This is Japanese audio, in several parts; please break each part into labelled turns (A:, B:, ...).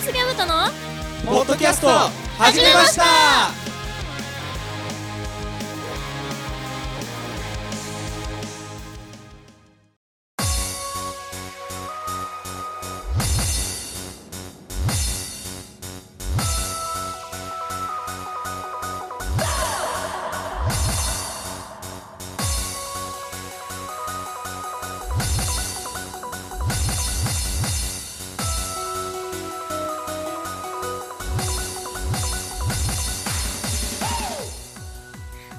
A: スギャムとの
B: ポッドキャスト始めました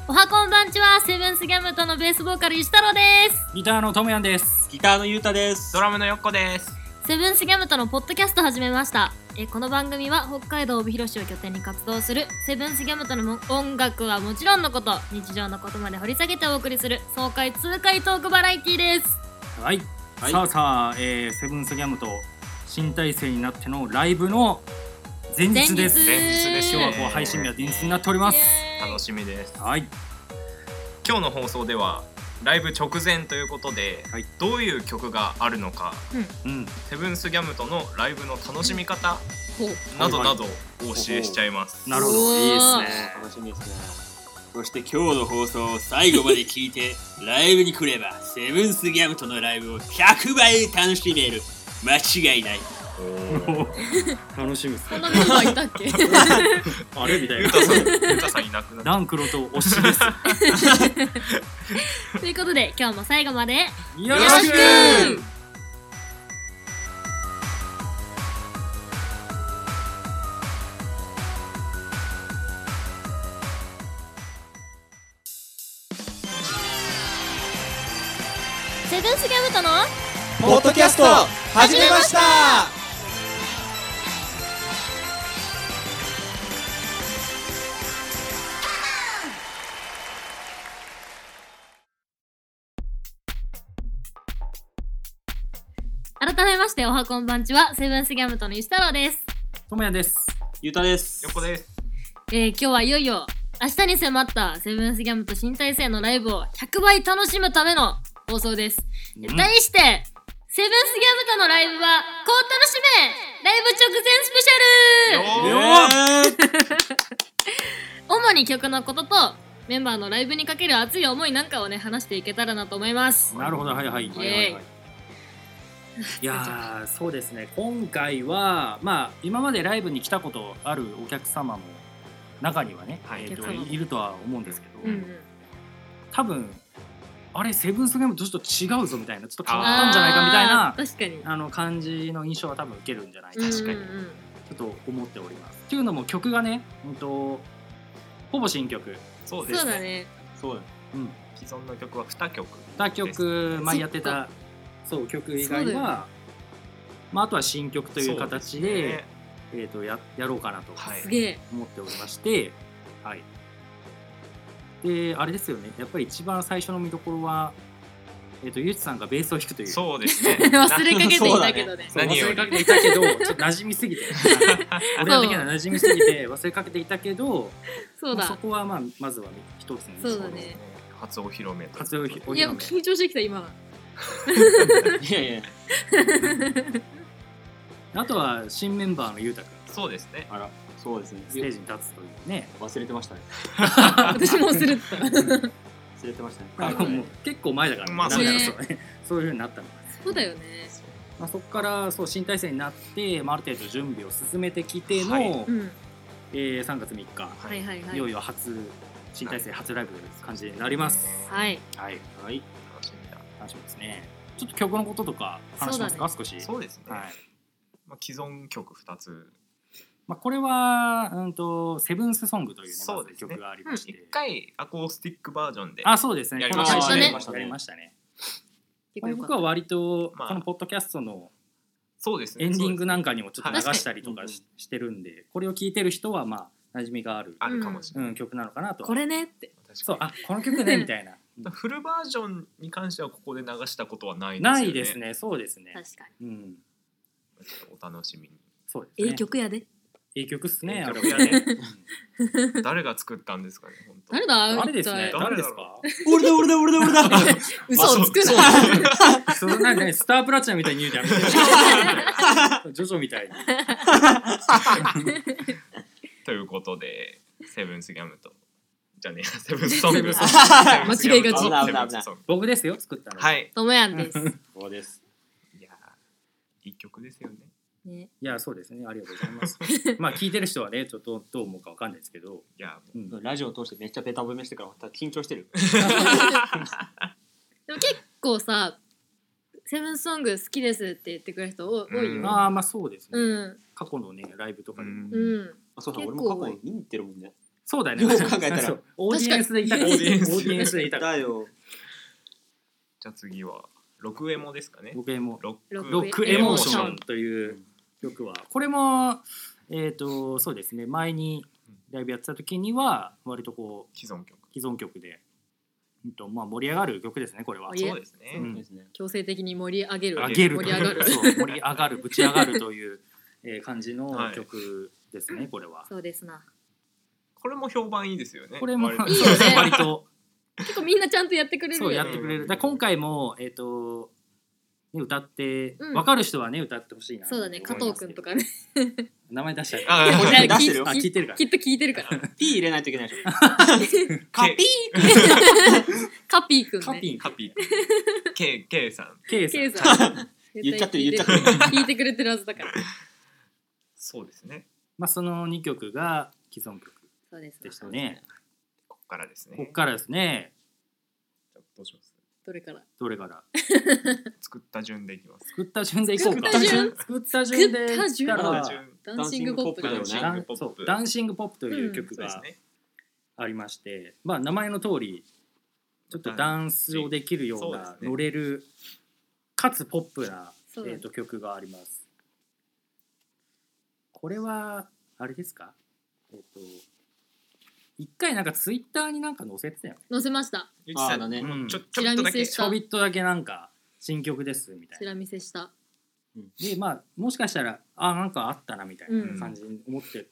A: おはこんばんちはセブンスギャムとのベースボーカル石太郎です
C: ギターのともやんです。
B: ギターのゆうたです
D: ドラムのよっこです。
A: セブンスギャムとのポッドキャスト始めましたえーこの番組は北海道帯広市を拠点に活動するセブンスギャムとのも音楽はもちろんのこと日常のことまで掘り下げてお送りする爽快痛快トークバラエティです
C: はい。
B: はい
C: さあさあ、えー、セブンスギャムと新体制になってのライブの前日です。
A: 前日
C: 今日はこう配信日は前日になっております。
A: イエーイ
D: 楽しみです。
C: はい。
D: 今日の放送ではライブ直前ということで、
C: はい
D: どういう曲があるのか、
C: うん。
D: セブンスギャムとのライブの楽しみ方
A: ほう
D: などなどお教えしちゃいます。
C: なるほ
A: お
C: ど。
A: ー
C: いいですね。
B: 楽しみですねそして今日の放送を最後まで聞いて ライブに来ればセブンスギャムとのライブを100倍楽しめる間違いない
D: おー
C: 楽しみです
A: こん
C: ね
A: な。メンバーいたっけ
C: あれみたい
D: ゆう
C: な。
D: たさん、ゆうたさんいなくなっ
C: ダンクロと推しです。
A: ということで今日も最後まで
C: よ
D: ろしく
A: セブンスギャムとの
B: ポッドキャスト始
A: めました改めましておはこんばんちはセブンスギャムとの石太郎です、
C: ともやんです。
B: ゆうたです
D: よっこです。
A: えー、今日はいよいよ明日に迫ったセブンスギャムと新体制のライブを100倍楽しむための放送です、
C: うん
A: 題してセブンスギャムとのライブはこう楽しめライブ直前スペシャル
D: よ
A: 主に曲のこととメンバーのライブにかける熱い思いなんかをね話していけたらなと思います
C: なるほど、はいはい。
A: イエーイ
C: いやーそうですね今回はまあ今までライブに来たことあるお客様も中にはね、
D: はい
C: えーと
A: お客様
C: いるとは思うんですけど、
A: うんうん
C: 多分あれセブンスゲームとちょっと違うぞみたいなちょっと変わったんじゃないかみたいな
A: あー確かに
C: あの感じの印象は多分受けるんじゃないかな
D: 確かに
A: うんうんうん
C: ちょっと思っております。っていうのも曲がね、うんとほぼ新曲
D: そうで
A: そ
D: す
A: うだ
D: ね。
A: ね
B: そうだね
D: 既存の曲は二曲。
C: 他曲前やって
A: そった
C: そう曲以外
A: そうだよ
C: は、まあ、あとは新曲という形で
D: そうすね
C: えー、とややろうかなと。
D: はい
A: すげえ。
C: 思っておりまして、はい、であれですよねやっぱり一番最初の見どころは、えっとゆうちさんがベースを弾くという
D: そうですね
A: 忘れかけていたけど ね
C: そう
D: 何よ
C: 忘れ
D: り
C: かけていたけどちょっと馴染みすぎて 俺ら的には馴染みすぎて忘れかけていたけど
A: そうだ
C: まあそこは、まあ、まずは一つの見どこ
A: そ
C: ろ
A: うだね
D: 初お披露目ということで。
C: 初お披露目
A: いや緊張してきた今
B: いやいや
C: あとは新メンバーのゆうたくん
D: そうですね。
B: あらそうですね
C: ステージに立つというね
B: 忘れてましたね
A: 私も忘れてた
B: 忘れてましたね
C: あのもう結構前だからね、
D: まあ
C: なんだろう
A: そう
C: そう ねそういうふうになったの
A: そうだよね
C: まあ、そこからそう新体制になって、まあ、ある程度準備を進めてきての、
D: はい
A: うん
C: えー3月3日、、
D: は
A: は
D: い
A: いはいはいい
C: よいよ初新体制初ライブという感じになります。
A: はい
C: はい、
B: はい
D: 楽しみだ。
C: 楽しみですね。ちょっと曲のこととか話しますか、少し。
D: そうですね。
C: はい。
D: まあ、既存曲2つ
C: まあこれはうんとセブンスソングというね
D: そうですね
C: まず曲がありまして、
D: 一回アコースティックバージョンで
C: あそうですね。
D: やり
C: この
D: ま
A: したね
C: 配信でやりましたね。
A: 結
C: こ
A: 構
C: れ
A: よかっ
C: 僕は割と
D: まあ
C: このポッドキャストの
D: そうですね
C: エンディング
D: そう
C: なんかにもちょっと流したりとか
B: はい
C: ししてるんで、これを聞いてる人はまあ馴染みがある、
D: ですあるかもしれ
C: う
D: ない、
C: ん、曲なのかなと。
A: たこれねって
D: 確
C: そう
D: か
C: あこの曲ねみたいな。
D: にフルバージョンに関してはここで流したことはないですよね
C: ないですね。そうですね。
A: 確か
C: うん。
D: ちょっとお楽しみに
C: そうですね。
A: にええ曲やで
C: いい曲っすね、あれ
D: いい
C: は
D: 曲やね
C: ね。
D: 誰が作ったんですかね本当
A: 誰だ
C: 誰ですね
A: 一体
D: 誰
C: 誰
D: だ
C: です
D: ろ
C: か
B: 俺だ俺だ俺だ俺だ
A: 嘘をつく
D: そう
A: な
C: そんなね、スタープラチナみたいに言うじゃん。ジョジョみたいに。
D: ということでセブンスギャムとじゃねえや セブンスソング
A: セブンス
D: 間
A: 間違いがち
B: 危ない危ない危ない
C: 僕ですよ、作ったの。。
D: はいい
A: ともやん です、
C: 僕です。
D: いやーいい曲ですよね
A: ね、
C: いや、そうですね。ありがとうございます。まあ、聞いてる人はね、ちょっとどう思うかわかんないですけど。
D: いや
C: うん
B: ラジオを通してめっちゃベタ褒めしてから緊張してる
A: でも結構さ「セブンソング好きです」って言ってくれる人多多い
D: うん
A: よ
C: ああ、まあそうですね。
A: うん
C: 過去のね、ライブとか
D: う
C: でも。
D: ん
A: うん
B: あそうだ
A: 結
B: 俺
A: 構
B: も過去見に行ってるもんね
C: そうだよね。
B: よく考えたら
C: そう。オーディエンスでいたから。オ
D: 確
C: ー
D: か
C: デ
D: に
C: ィエンスでいたから。
B: だよ
D: じゃあ次は六エモですかね
C: 僕エモ。
D: ロ
A: ロ
C: ロッ
A: ッ
C: ク
A: ク
C: エ
A: エ
C: モ
A: モ
C: ー
A: ー
C: シ
A: シ
C: ョ
A: ョ
C: ン
A: ン
C: という曲は、これも、えっ、と、そうですね。前にライブやってた時には、割とこ
D: 既存曲
C: う、既存曲で、うんとまあ、盛り上がる曲ですね、これは。
A: いえ
D: そうですね、
C: うん
B: ですね
A: 強制的に盛り上げる
C: 上げる
A: 盛り上がる
C: そう盛り上がるぶち上がるという、えー感じの
D: はい
C: 曲ですね、これは。
A: そうですな
D: これも評判いいですよね
C: これも
D: 割と
A: いいよね
C: 割と
A: 結構みんなちゃんとやってくれる
C: そ
A: よ
C: う
A: ね
C: やってくれる。だから今回もえっ、と、ね、歌って、
A: うん
C: 分かる人はね歌ってほしいな。
A: そうだね加藤くんと。かね
C: 名前出したり。
D: あ
B: いや
D: こ
B: こ
D: れ
B: れ出してるよ
C: あ聞いてるから
A: きっと聞いてるから
B: P 入れないといけないで しょ
A: カピーカピーくんね
C: カピン
D: カピ K K さん
C: K さん
A: ケイさん
B: 言っちゃってる
A: 絶対聞い聞いてくれてるはずだから
D: そうですね
C: まあその二曲が既存曲
A: そうです
C: でした
A: な
C: ね。
D: ここからですね
C: ここからですね。
D: どうします
A: どれから
C: どれから
D: 作った順でいきます
C: 作った順でいこうか。
A: 作った順
C: 作った順で
A: 作った順
C: だか
B: あ
C: ら
D: 作った順
A: ダンシングポップだよ
B: ダンシングポ
A: ね
B: ップだよね
C: ダンそうダンシングポップという曲
D: そうです
C: が
D: ね
C: ありまして、まあ名前の通りちょっとダンスをできるよう
D: そうです
C: な
D: ね
C: 乗れるかつポップな、
A: そうだ
C: え
A: ね
C: ー、と曲があります。これはあれですかえっ、と一回なんかツイッターになんか載せてたよね。
A: 載せました
D: ゆきさん
B: あだね
D: もうちょ
C: う
D: ちょっとだ
A: チラ見
D: け
A: せ
C: ちょびっとだけなんか新曲ですみたい
A: ち
C: な。
A: ら見せした
C: でまあもしかしたらあなんかあったなみたいな
A: うん
C: 感じに思って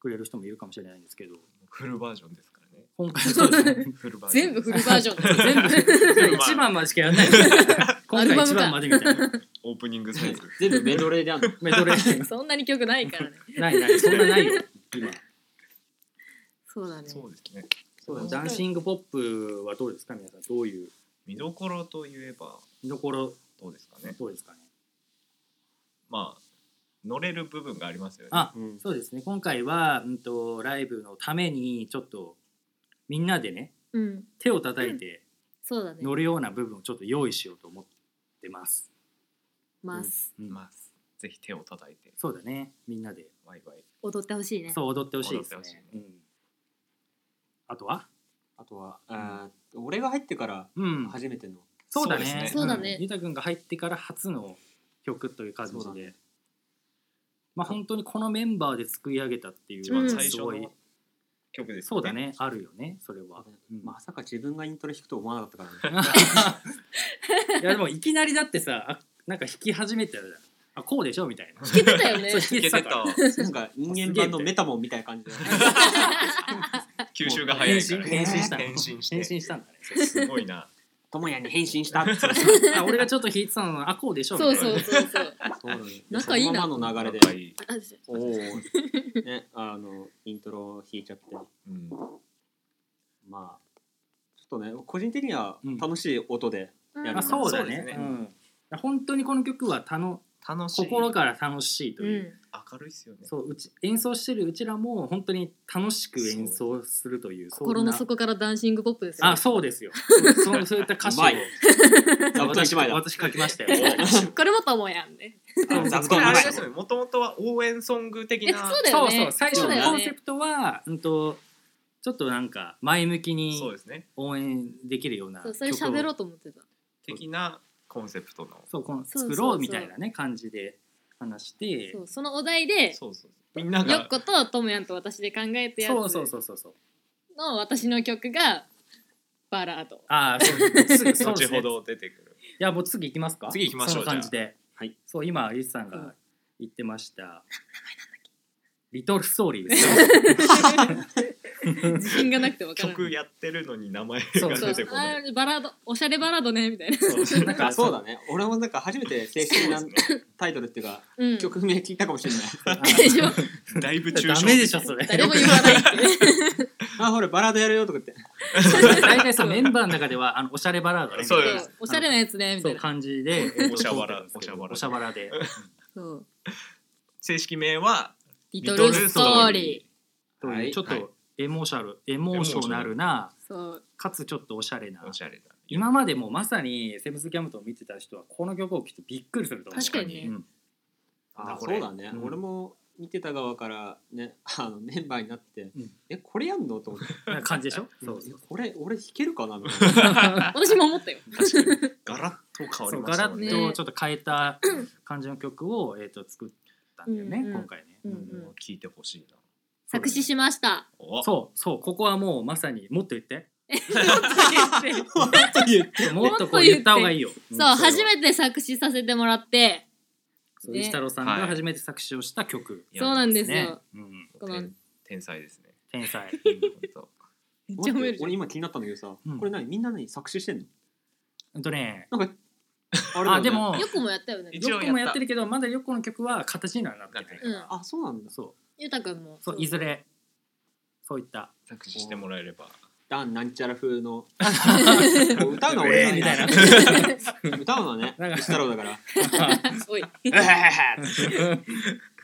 C: くれる人もいるかもしれないんですけど
D: フルバージョンで すからね
C: 今回そうです ね
D: フルバージョ
A: 全
D: ン
A: 部フルバ ージョン
C: 全部一番までしかやら ないです今回一番までみたいな
D: オープニングサイズ
B: 全部メドレーであんの
C: メドレ ー
A: そんなに曲ないからね
C: ないない そんなないよ今
A: そうだね
D: そうですね
B: そう
C: ダンシングポップはどうですか皆さんどういう
D: 見どころといえば
C: 見どころ
D: どうですかね
C: どうですかね
D: まあ乗れる部分がありますよね
C: あ
B: うん
C: そうですね今回は、うん、とライブのためにちょっとみんなでね
A: うん
C: 手を叩いて
A: そうだね
C: 乗るような部分をちょっと用意しようと思ってます、
A: ます
C: うん
D: まあぜひ手を叩いて
C: そうだねみんなで
D: ワイワイ
A: 踊ってほしいね
C: そう踊ってほしいですね
D: 踊ってほしいね
C: うん、あとは
B: あとはあー俺が入ってから
C: うん
B: 初めての
C: そうだ
D: そうです
C: ね
D: ね
A: そうだね
C: んゆうたくんが入ってから初の曲という感じ
B: そうだ
C: で、
B: ね
C: まあ本当にこのメンバーで作り上げたっていう
D: 一
A: う
D: 番
A: ん
D: 最
C: す
D: 初
C: ごい
D: の曲です
C: そうだねあるよねそれは、うん
B: まさか自分がイントロ弾くと思わなかった からね
C: いやでもいきなりだってさあなんか弾き始めたらあこうでしょみたいな
A: 弾けてたよね
C: そう
D: い
C: 弾
D: け
C: けて
D: て
C: た
D: た
C: から
B: なんか人間版のメタモンみたいな感じ で
D: 吸収が早いから
C: 変身変身したの
D: 変身して
C: 変身したんだねそ
D: すご いな
B: 智也に変身したってそう
C: うあ俺がちょっと弾いてたのあこうでしょみたい
A: そう
C: な
A: そうそうそう
B: なのよ
A: 仲いいな
B: そのままの流れ
D: 仲
B: で
D: いい
A: あじゃ
B: おおねあのイントロ弾いちゃって
D: うん
B: まあちょっとね個人的には楽しい音 で、
A: あ
B: やり
C: まあ、
B: ます
C: そうだ
D: そうで
C: ね
D: すね
C: うん本当にこの曲はたの
D: 楽しい
C: 心から楽しいと
A: う
C: いう、
A: ん
D: 明るいっすよね
C: そううち演奏してるうちらも本当に楽しく演奏するという
A: 心の
C: そん
A: 底からダンシングポップですよ
C: なあそうですよ そうそういった歌詞を
B: うまい座布団姉妹だ
C: 私書きましたよ
A: これもともやんね
B: あ座布
D: これ
B: 団
D: あ
B: 姉妹
D: れですよねもともとは応援ソング的
A: え
D: な
A: そうだ
C: そ
A: よ
C: う
A: ね
C: そう最初
A: そうだ
C: の
A: よ
C: コン
A: ね
C: セプトはうんとちょっとなんか前向き
D: そう
C: に
D: ですね
C: 応援できるような
A: そうそれ喋ろ
C: を
A: うと思ってた
D: 的なコンセプトの
C: そうこの
A: そうそうそう
C: 作ろうみたいなね感じで話して
A: そうそのお題で
D: そうそうみんな
A: よっ
D: が
A: ことともやんと私で考えたや
C: そう
A: つ
C: そうそうそうそう
A: の私の曲がバラード
C: ああそうす ぐそう
D: 後
C: です
D: ほ
C: ね
D: ど出てくる
C: いやもう次行きますか
D: 次行きましょう
C: その感じで
B: はい
C: そう今ゆうさん
A: うん
C: が言ってました、リトルストーリーです。
A: 自信がなくてわからな
D: 曲
A: い。
D: やってるのに名前が
C: そう
D: 出てこない
A: あーバラードおしゃれバラードねみたいな、
C: そうな
B: あ
C: んか
B: そうだね俺もなんか初めて正式なタイトルっていうか
A: うん、
B: 曲名聞いたかもしれない
C: あ
A: でしょ
D: だいぶ抽
C: ダ
D: 象
C: メでしょそれ。
A: 誰も言わないって
B: あほらバラードやるよとか言って
C: 大体さメンバーの中ではあのおしゃれバラードね。
D: そう
A: そ
D: です
A: うおしゃれなやつねみた
C: そ
A: いうな
C: 感じで
D: おしゃばら
C: おしゃ
D: おしゃばら
C: おしゃばらで
A: そう
D: 正式名は
A: リトルストーリ
C: という
B: はい
C: ちょっ
D: はい
C: とエモーショナルエモーショナルな
A: ーそう
C: かつちょっとおしゃれな
D: おしゃれだ
C: 今までもまさにセブンス・キャムトンを見てた人はこの曲を聴くとびっくりすると思う
A: 確かにね
C: うん
B: あ
D: こ
B: そ
D: れ
B: うだね、
C: うん
B: 俺も見てた側からねあのメンバーになってて、
C: うん
B: えこれやんのと思って
C: なんか感じでしょそう
B: え
C: そう
B: これ俺弾けるかなみたいな
A: 私も思ったよ
D: 確かにガラッと変わ
C: そ
D: り
C: う
D: ま
C: ガ
D: した
C: ラ
D: もん
C: ッ
D: ね
C: とちょっと変えた感じの曲を、えー、と作ったんだよね、
A: うんうん
C: 今回ね、
A: うん
D: もう聞いてほしいな
E: 作詞しました。
D: お
C: そうそうここはもうまさにもっと言って
B: ほんと言って
C: もっとこう言った方がいいよ
E: そ
C: ん
E: う、
C: れは
E: 初めて作詞させてもらって、
C: そう
A: ね
C: 石太郎さんが初めて作詞をした曲、
D: いや
A: そうなんです
C: ね
A: よ
C: うん、
A: ごめん
D: 天才ですね
C: 天才
A: めっ
D: 本
A: ち
B: 待
A: ゃ褒め
B: っ
A: るじ
B: て
A: ゃん
B: 俺今気になったんだけどさ、
C: うん
B: これ何みんな何作詞してんの
C: うんとね
B: なんかあれだよね
C: あでも
A: よくもやったよね
D: 一応
C: ヨッコもやってるけどまだヨッコの曲は形にはなってない
D: なって
A: うん
B: あそうなんだ
C: そう
A: ゆうたくんも
C: そういずれそういった
D: 当作詞してもらえれば
B: ダンなんちゃら風のもう歌うのは
C: え
B: 俺
C: ーみた いな
B: 歌うのはね
C: なんか
B: 石太 郎だから
A: おい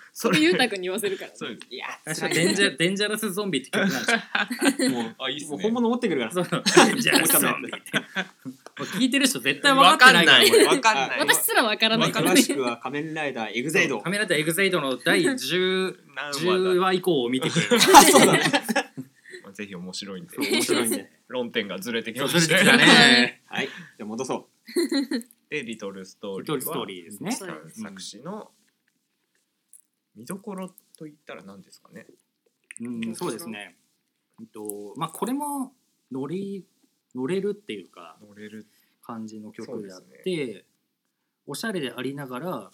D: そ
A: そ れゆうたくんに言わせるから
D: そうです
B: いや
C: 私
B: 辛
C: はいデンジャデンジャラスゾンビって曲なんですよ。
B: もう
D: あいいっす
B: もう
D: ね
B: 本物持ってくるから
C: そうデンジャラスゾンビって。もう聞いてる人絶対分
D: わ
C: かって
D: か
C: なんいから
D: な。いわか
B: ん
D: ん
B: な
D: ないい
A: 私すらわからないから
B: 詳
A: ね
B: しくは仮面ライダーエグゼイド
C: カメラとエグゼイドの第 10, 10話以降を見てくれる。
B: あそうだね
D: ぜひ面白いんで
B: 面白いんで
D: 論点がずれてき
C: そう
D: ま
C: それ
D: し
C: で
D: た
C: す かね。
B: はいじゃあ戻そう
D: でリトルスト
C: リ
D: ーリ
C: トルス
D: ー
C: トー
D: は
C: リーですね。
A: そうで
D: 作詞の見どころと言ったら何ですかね
C: うん、そうですね。えっとまあこれも乗り乗れるっていうか
D: 乗れる
C: 感じの曲であっ
D: そう
C: て、おしゃれでありながら、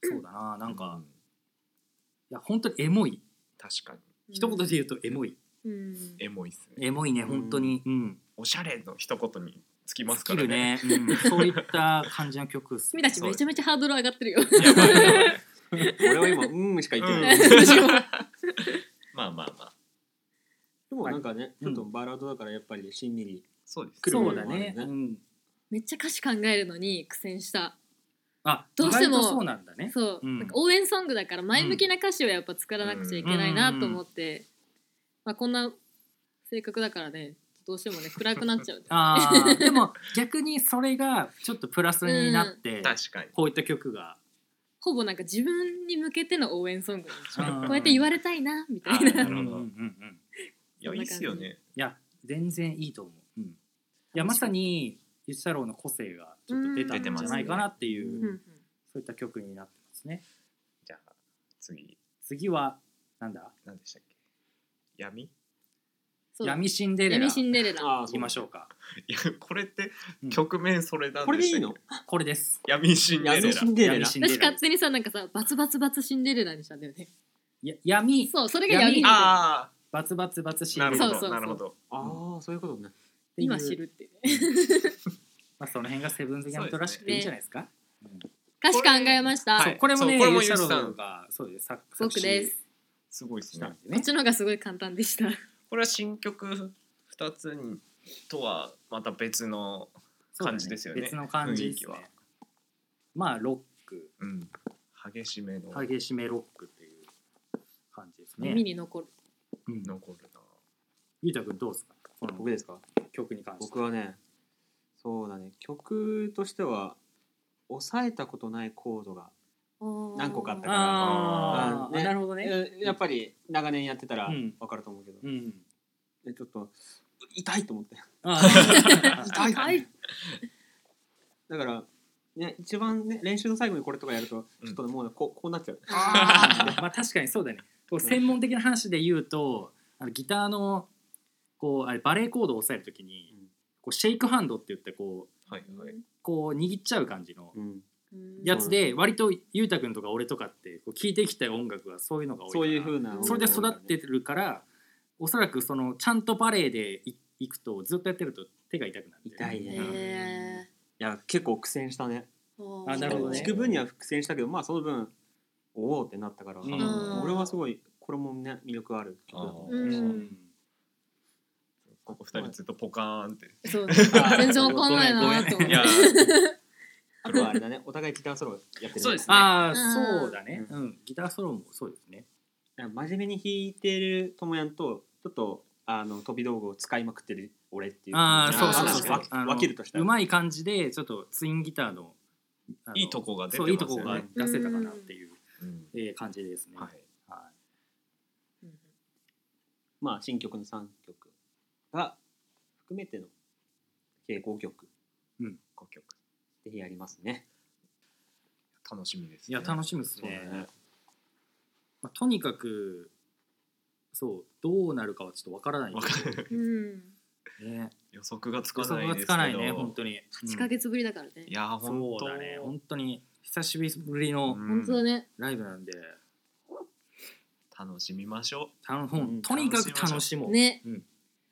C: そうだななんか、
D: う
C: い
D: ん
C: や本当にエモい
D: 確かに
C: 一言で言うとエモい。
A: うん
D: エモいっすね
C: エモいね本当に。うん
D: おしゃれの一言につきます
C: スキ
D: か
C: ル
D: らね
C: ね、 うん、そういった感じの曲っす
A: 君たちめちゃめちゃハードル上がってるよ
D: やばいやば
B: 俺
D: い
B: は今「うーん」しか言ってない、
D: うん
B: で
A: 私も
D: まあまあまあ
B: もなんかねちょっと
C: う
B: バラードだからやっぱりしんみり
D: そうです
B: 来る
C: そ
B: も
C: う
B: の
C: だ
B: もあるよ
C: ね、うん、
A: めっちゃ歌詞考えるのに苦戦した
C: あ
A: どうしても
C: 意外とそうなんだね
A: そう、
C: うん
A: なんか応援ソングだから前向きな歌詞をやっぱ作らなくちゃいけないなと思って、まあ、こんな性格だからねどうしてもね暗くなっちゃう
C: あ ーでも逆にそれがちょっとプラスになって、
D: 確かに
C: こういった曲が
A: ほぼなんか自分に向けての応援ソングなんでしょ
C: うん
A: こうやって言われたいなみたい
C: あ
A: な
C: ーなる
D: な
C: ほ
D: るほ
C: ど、
D: ど
C: うんうんうん、
D: いやいいっすよね
C: いや全然いいと思う、うん、いやまさにゆち太郎の個性がちょっと出たんじゃないかなっていう、
A: うんうん
C: そういった曲になってますね
D: じゃあ次
C: 次はなんだ
D: 何でしたっけ闇
A: そう
C: 闇シンデレラ
A: 闇シ
C: い
A: ンデレラ
B: ああ
C: きましょ
B: う
C: うか
D: いやこれって
C: うん
D: 曲名それなん
B: これでい
D: し
B: い
D: たっ
B: の
D: け
C: これです
D: 闇シンデレ
B: 闇
D: ラ
B: シンデレ
C: 闇
B: ラ
C: シンデレ
A: 私
C: ラ
A: 勝手にさなんかさバツバツバツシンデレラにしたんだよね
C: いや闇
A: そうそれが闇
C: 闇
A: みたいな
D: あ
C: バツバツバツシ
D: あ
C: ンデ
D: な
C: レラ
D: るほ
A: そうそうそ
D: ど
A: う
D: なるほど
B: ああそういうことね
C: っていう
A: 今知るっていうね
C: まあ、その辺がセブンズギャントらしくていいんじゃないですか。
A: 歌詞考えました、
D: は
C: そ
D: いう
C: これもね、
D: そう
C: これも
D: これも
C: ユー
D: ユー
C: スタ
D: スタ
C: ロ
D: ロ
C: ウがそうです。作
A: 僕です。
D: すごいです
C: 作詞した
D: ね
C: んで
A: こ
C: ね
A: っ。ちの方がすごい簡単でした
D: これは新曲2つにとはまた別の、
C: そうだ
D: 感じですよね
C: 別の感じで
D: 雰囲
C: す
D: 気
C: ね
D: は。
C: まあロック、
D: うん、激しめの
C: 激しめロックっていう感じです
A: 耳
C: ね。
A: に残る
C: うん
D: 残るな
C: ゆうたくんどうですか。この
B: 僕ですか
C: 曲に関して。
B: 僕はねそうだね曲としては抑えたことないコードが、何個かあった
C: あー
B: うん
C: あ、
B: ね
C: なるほどね。
B: えーやっぱり長年やってたら
C: うん
B: わかると思うけど、
C: うん。
B: えちょっと痛いと思 って
C: あー
B: 痛い
A: 痛い
B: だから、ね、一番ね練習の最後にこれとかやると
D: うん
B: ちょっともうこうこうなっちゃう、
C: まあ確かにそうだね。こう専門的な話で言うと、あのギターのこうあれバレーコードを押さえるときに
B: うん、
C: こうシェイクハンドって言ってこう
D: はいはい
C: こう握っちゃう感じの
B: うん
C: やつで割とゆうたくんとか俺とかってこう聴いてきた音楽がそういうのが多いから
B: そういう風な
C: それで育ってるからおそらくそのちゃんとバレエでい行くとずっとやってると手が痛くなるんだよ
B: 痛
C: ね
B: いね、い
A: え
B: や結構苦戦したね
A: ー
C: あなるほどね
B: 聞く分には苦戦したけどまあその分おおってなったから、
C: うん
B: 俺はすごいこれもね魅力ある曲だと思
A: う
C: うんん
D: ここ二人ずっとポカーンって。
A: そう
B: あ
A: 全然わかんないなーと思っ
D: い
A: て
D: や、
B: あとはあれだねお互いギターソロやってるね
D: そうですね。
C: ああ
A: うん
C: そうだねうんギターソロもそうですね
B: なんか真面目に弾いてるともやんとちょっとあの飛び道具を使いまくってる俺っていう
C: ああそうそう
B: なん
C: そう
B: かわ
C: あの
B: 分けるとした
C: う
B: ら
C: まい感じでちょっとツインギターのあの
D: いいとこが出て
C: そ
D: ま
C: うい
D: すよ
C: いとこが
D: ね。
C: 出せたかなっていう
D: うん
C: えー感じですね
D: はい。
C: は
B: まあ新曲の3曲が含めての計5曲
D: 五曲
B: ぜひやりますね
D: 楽しみです
C: いい
D: ね。
C: や楽しみですね
B: そうだね
C: まあ、とにかくそうどうなるかはちょっとわからない
D: わかる。
A: うん
C: ね
D: 予測がつ
C: 予
D: かな
C: 測
D: いで
C: が
D: すけ
C: つ
D: ど。
C: かないね本当に
A: 8ヶ月ぶりだからね
D: いやー
C: う
D: 本
C: ん
D: 当。
C: そうだね本当に久しぶりの
D: うん
A: 本当だね
C: ライブなんで、
D: 楽しみましょ
C: たのほんとにかく楽しもう、
A: ね
C: うん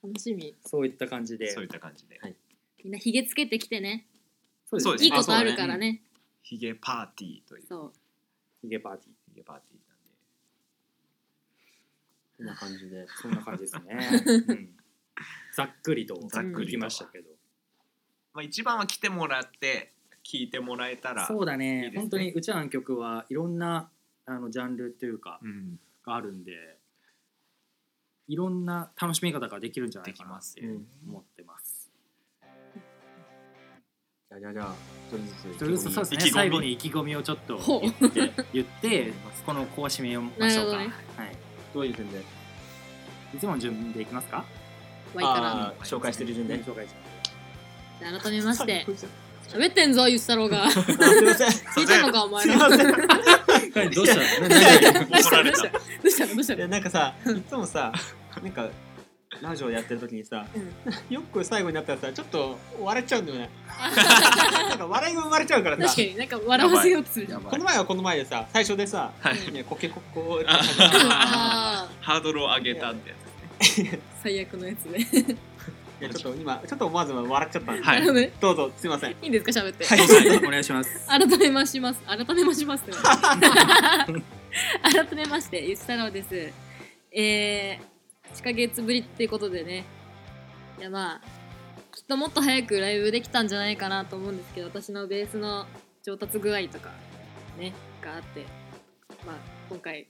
A: 楽しみ
C: そういった感じ
D: う。
C: で
D: そういった感じで。
A: みんなひげつけてきてね
C: そう
D: そうです
A: いい
D: ね
A: ことあるからね
D: ヒゲパーティーという。
A: そう
C: ヒゲパーティー
D: ヒゲパーティーなんで。
B: こんな感じで
C: そんな感じですね、うんざっくりと
D: ざ
A: っくりと
C: いきましたけど
D: まあ一番は来てもらって聞いてもらえたら。
C: そうだ
D: い
C: ね
D: いですね
C: 本当にうちらの曲はいろんなあのジャンルというか
D: うん。
C: があるんでいろんな楽しみ方ができるんじゃない
D: で
C: か
D: き
C: なっ
D: ます
C: て
D: よね。
C: 思ってます。
B: じゃあじゃあじゃあ一人ずつ
C: とりあえずそうです
D: 意気込
C: ね
D: み
C: 最後に意気込みをちょっと
A: ほう
C: 言って言ってこのこう締めましょうか、
A: なる
C: はい、
B: どういう順で
C: いつもの順でいきますか
A: わいから
B: あー紹介してる順で
C: 紹介し
A: じゃあ改めまして
B: あすい
A: 喋ってんぞゆっさろうが
B: ませんす
A: 聞いたのかお前
B: い
A: ら
B: ません
C: ますどうした
D: 怒られ。
A: どうしたどうしたのどうした
B: い
A: の
B: やなんかさいつもさなんかラジオやってる時にさ、よく最後になったらさちょっと笑っちゃう んだよねなんか笑いが生まれちゃうから
A: 確
B: さ
A: かになんか笑わせようとす るじゃん
B: この前はこの前でさ最初でさ
D: は
B: 「
D: い。
B: ね、コケコッコー」って
A: あ
D: ハードルを上げたってやつですね。
A: あ最悪のやつね
B: いやちょっと今ちょっと思わず笑っちゃったんで、
D: は
A: ないるほどね
B: どうぞすいません
A: いいんですか喋って
C: お願いします
A: 改めまします改めまします って言われた改めましてゆっさろうですえー、8ヶ月ぶりってことでねいやまあきっともっと早くライブできたんじゃないかなと思うんですけど私のベースの上達具合とかねがあってまあ今回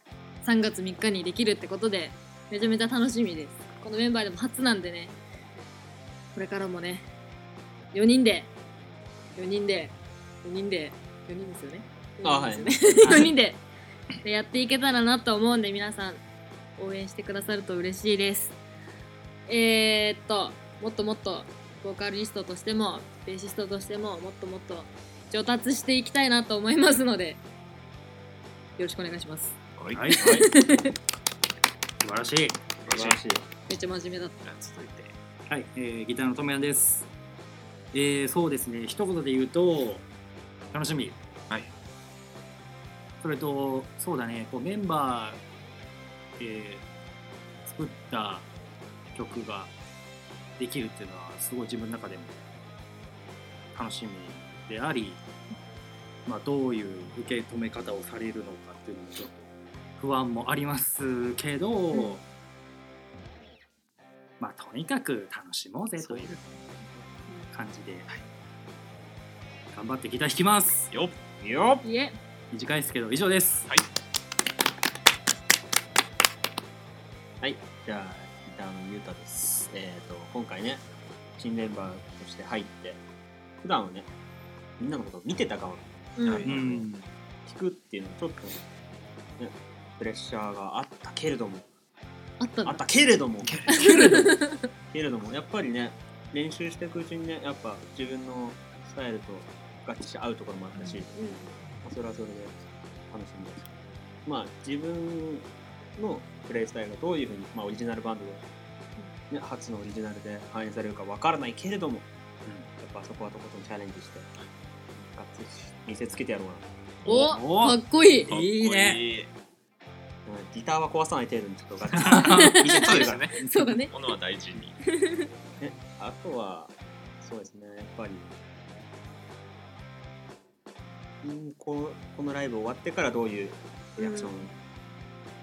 A: 3月3日にできるってことでめちゃめちゃ楽しみですこのメンバーでも初なんでねこれからもね4人で4人で4人で4人ですよね
B: あはい
A: 4人ですよね4人ででやっていけたらなと思うんで皆さん応援してくださると嬉しいですえー、っともっともっとボーカリストとしてもベーシストとしてももっともっと上達していきたいなと思いますのでよろしくお願いします
D: はい。
C: は
D: はいい。
C: 素晴らし
B: 素
C: い
B: 晴らしい
A: めっちゃ真面目だっ
D: 続いて。
C: はい、えー、ギターのともやんです。えー、そうですね、一言で言うと、楽しみ。
D: はい。
C: それと、そうだね、こうメンバー、えー、作った曲ができるっていうのは、すごい自分の中でも楽しみであり、まあ、どういう受け止め方をされるのかっていうのもちょっと不安もありますけど、
A: うん
C: まあとにかく楽しもうぜという感じで、頑張ってギター弾きます
D: よっ。
B: よ
A: たいえ
C: 短いですけど以上です
B: はいじゃあギターのゆうたですえっ、と今回ね新メンバーとして入って普段はねみんなのことを見てた側
A: うん
B: はいう
C: うん
B: 聞くっていうのはちょっとねプレッシャーがあったけれども
A: あったん
B: あっ
A: だ
B: たけれどもけれどもけれどもやっぱりね練習していくうちにねやっぱ自分のスタイルと合致し合うところもあったし、まあそれはそれで楽しみですまあ自分のプレイスタイルがどういうふうに、まあ、オリジナルバンドで、ね、初のオリジナルで反映されるかわからないけれども、やっぱそこはとことんチャレンジしてがっつり見せつけてやろうかな
A: お
C: お
A: かっこいい
F: かっこ
C: いいね
B: うんギターは壊さない程度にちょっとがっつり見せつ け
D: そうで
B: る
D: す
B: から
D: ね。
A: そうだね
D: ものは大事に。
B: あとは、そうですね、やっぱり、うんここのライブ終わってからどういうリアクション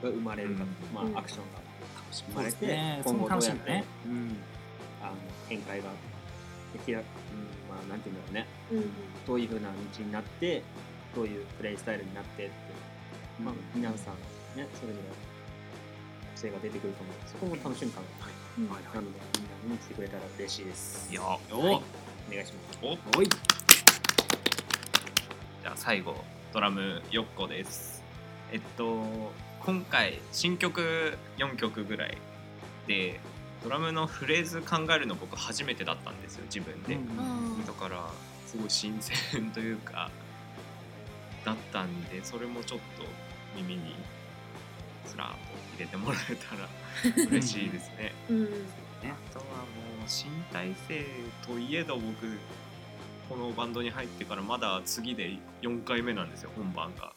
B: が生まれるか、
A: うん
B: まあ、アクションが生
C: そ
B: ま
C: う
B: れ
C: です
B: て、
C: ね。そ
B: 今
C: の
B: 後ど
C: 楽
B: う
C: し
B: やっ
C: みだ
B: て、
C: ね。うん。
B: あの展開ができや、うん、まあ、なんていうんだろうね、どういうふうな道になって、どういうプレイスタイルになってって、まあ、皆さん、ね、それぞれ個性が出てくると思うそこも楽しみかな。
A: うん
B: はい、なので、みんな見に来てくれたら嬉しいです。
D: いや、
C: お
B: はいお願いします。
D: お
C: おい。
D: じゃあ最後ドラムよっこですえっと今回新曲4曲ぐらいでドラムのフレーズ考えるの僕初めてだったんですよ自分で、だからすごい新鮮というかだったんでそれもちょっと耳にスラーと入れてもらえたら嬉しいですね
A: うん
D: あとはもう新体制といえど僕このバンドに入ってからまだ次で4回目なんですよ本番が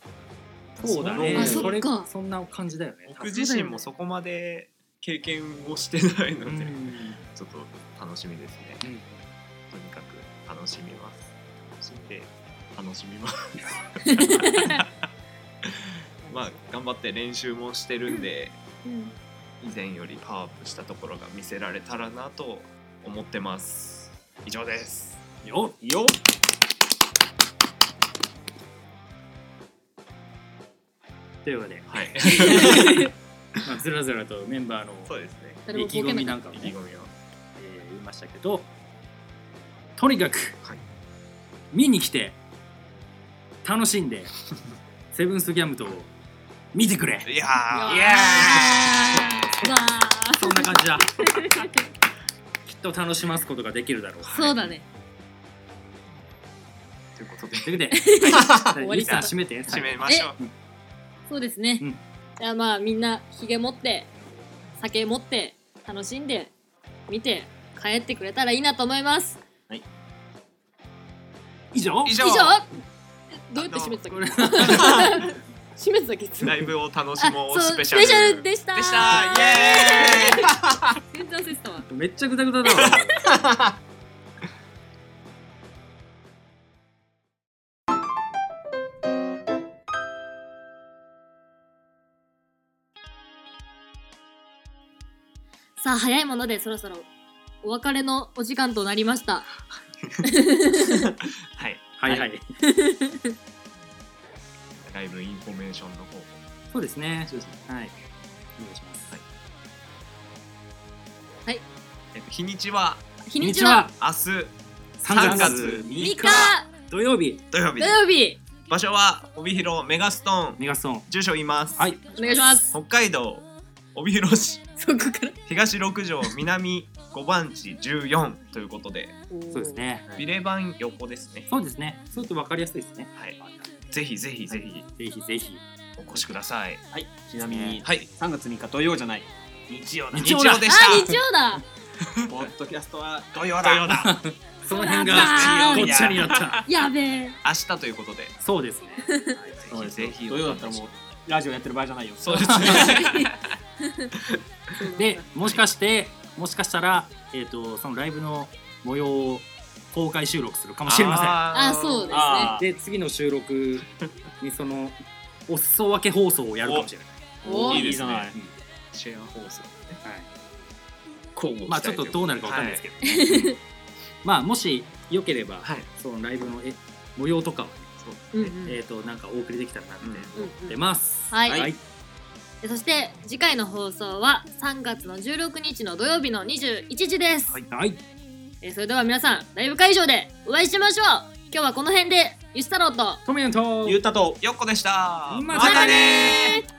C: そうだね。
A: あそっか
C: れそんな感じだよね。
D: 僕自身もそこまで経験をしてないの
C: う
D: で、
C: ん
D: ちょっと楽しみですね
C: うん
D: とにかく楽しみます楽しんで楽し みます まあ頑張って練習もしてるんで
A: うん
D: 以前よりパワーアップしたところが見せられたらなと思ってます以上です
C: よ
B: よ
C: というわけで、
D: はい
C: まあ、ずらずらとメンバーの
D: そうですね
A: 誰も
C: 意気
A: ボケ
C: 込
A: な
C: み
A: か
C: な
A: っ
C: んかを
D: 意
C: ね、
D: 気
C: え
D: 込みを
C: ー言いましたけど、とにかく、
D: はい
C: 見に来て、楽しん で、セブンスギャムと見てくれ
D: いや
A: た
D: ー
A: い
D: い
A: や
D: や
A: ー わー
C: そんな感じだ。きっと楽しますことができるだろう。
A: そうだね
D: ーということで
C: という わけで、
A: 終わり
C: リサ
A: 方
C: 閉めて。
D: 締めましょう
A: そうですね、
C: うん
A: じゃあまあみんなひげ持って酒持って楽しんで見て帰ってくれたらいいなと思います
C: 以上
D: 以
A: 以
D: 上
A: 上えどうやって締めてたっけ締めてたっけいつも
D: ライブを楽し
A: あ
D: も
A: そうう
D: スペ
A: ス
D: シャル
A: ペシャルでした
D: でしたイエーイ
A: 全然焦ってたわ
C: めっちゃグダグダ だわ。
A: さあ早いものでそろそろお別れのお時間となりました
D: はい
C: はいはい。
D: ライブインフォメーションの方も
C: そうですね。
D: そうですね
C: はい。お願いします。
D: えっと日にちは
A: 日にちは
D: 明日
C: 3月
D: 3月
A: 3
D: 3
A: 日
D: 日
C: 土曜日
D: 土曜
A: 土
D: 日です
A: 曜日
D: 場所は帯広メガストーン
C: メガストーン。
D: 住所言います、
C: はい。
A: お願いします
D: 北海道帯広市
A: そこから
D: 東六条南5番地14ということで
C: そうですね。
D: ビレバン横ですね
C: そうですね。そうと分かりやすいですね。
D: はいぜひぜひぜひ
C: ぜひぜひ。
D: お越しください
B: はい、ちなみに、
D: はい
B: 3月3日土曜じゃない。日曜だ
C: 日
D: 日
C: 曜
D: 曜
C: だ
D: でし
A: あ
D: た
A: 日曜だ
B: ポッドキャストは
D: 土曜だ土曜だ
C: その辺が
A: あー
C: ごっちゃになった。
A: やべえ
D: 明日ということで
C: そうですね。
D: ぜひぜひ
B: 土曜だったらもうラジオやってる場合じゃないよ。
D: そうですね
C: で、もしかして、もしかしたら、えっと、そのライブの模様を公開収録するかもしれません。
D: あ
A: あそうですね
B: あ
C: で次の収録にそのお裾分け放送をやるかもしれない。
A: お
B: あ、い
D: いい
B: い
D: で
B: ですす
D: ね
B: ね。
D: シェア放送
C: はい、まあちょっとどうなるかわかんないですけ
D: ど
C: ど、うんまあもしよければ、
D: はい
C: そのライブのえ模様とかを、
A: うんうん
C: えっ、となんかお送りできたらなって
A: うんうん
C: 出ます。
A: はい
C: はい。
A: でそして次回の放送は3月の16日の土曜日の21時です、
C: はい。はい
A: えーそれでは皆さんライブ会場でお会いしましょう今日はこの辺でゆしたろうと
C: トミヤンと
B: ゆうたと。
D: よっこでした
C: ま
A: たね
D: ねー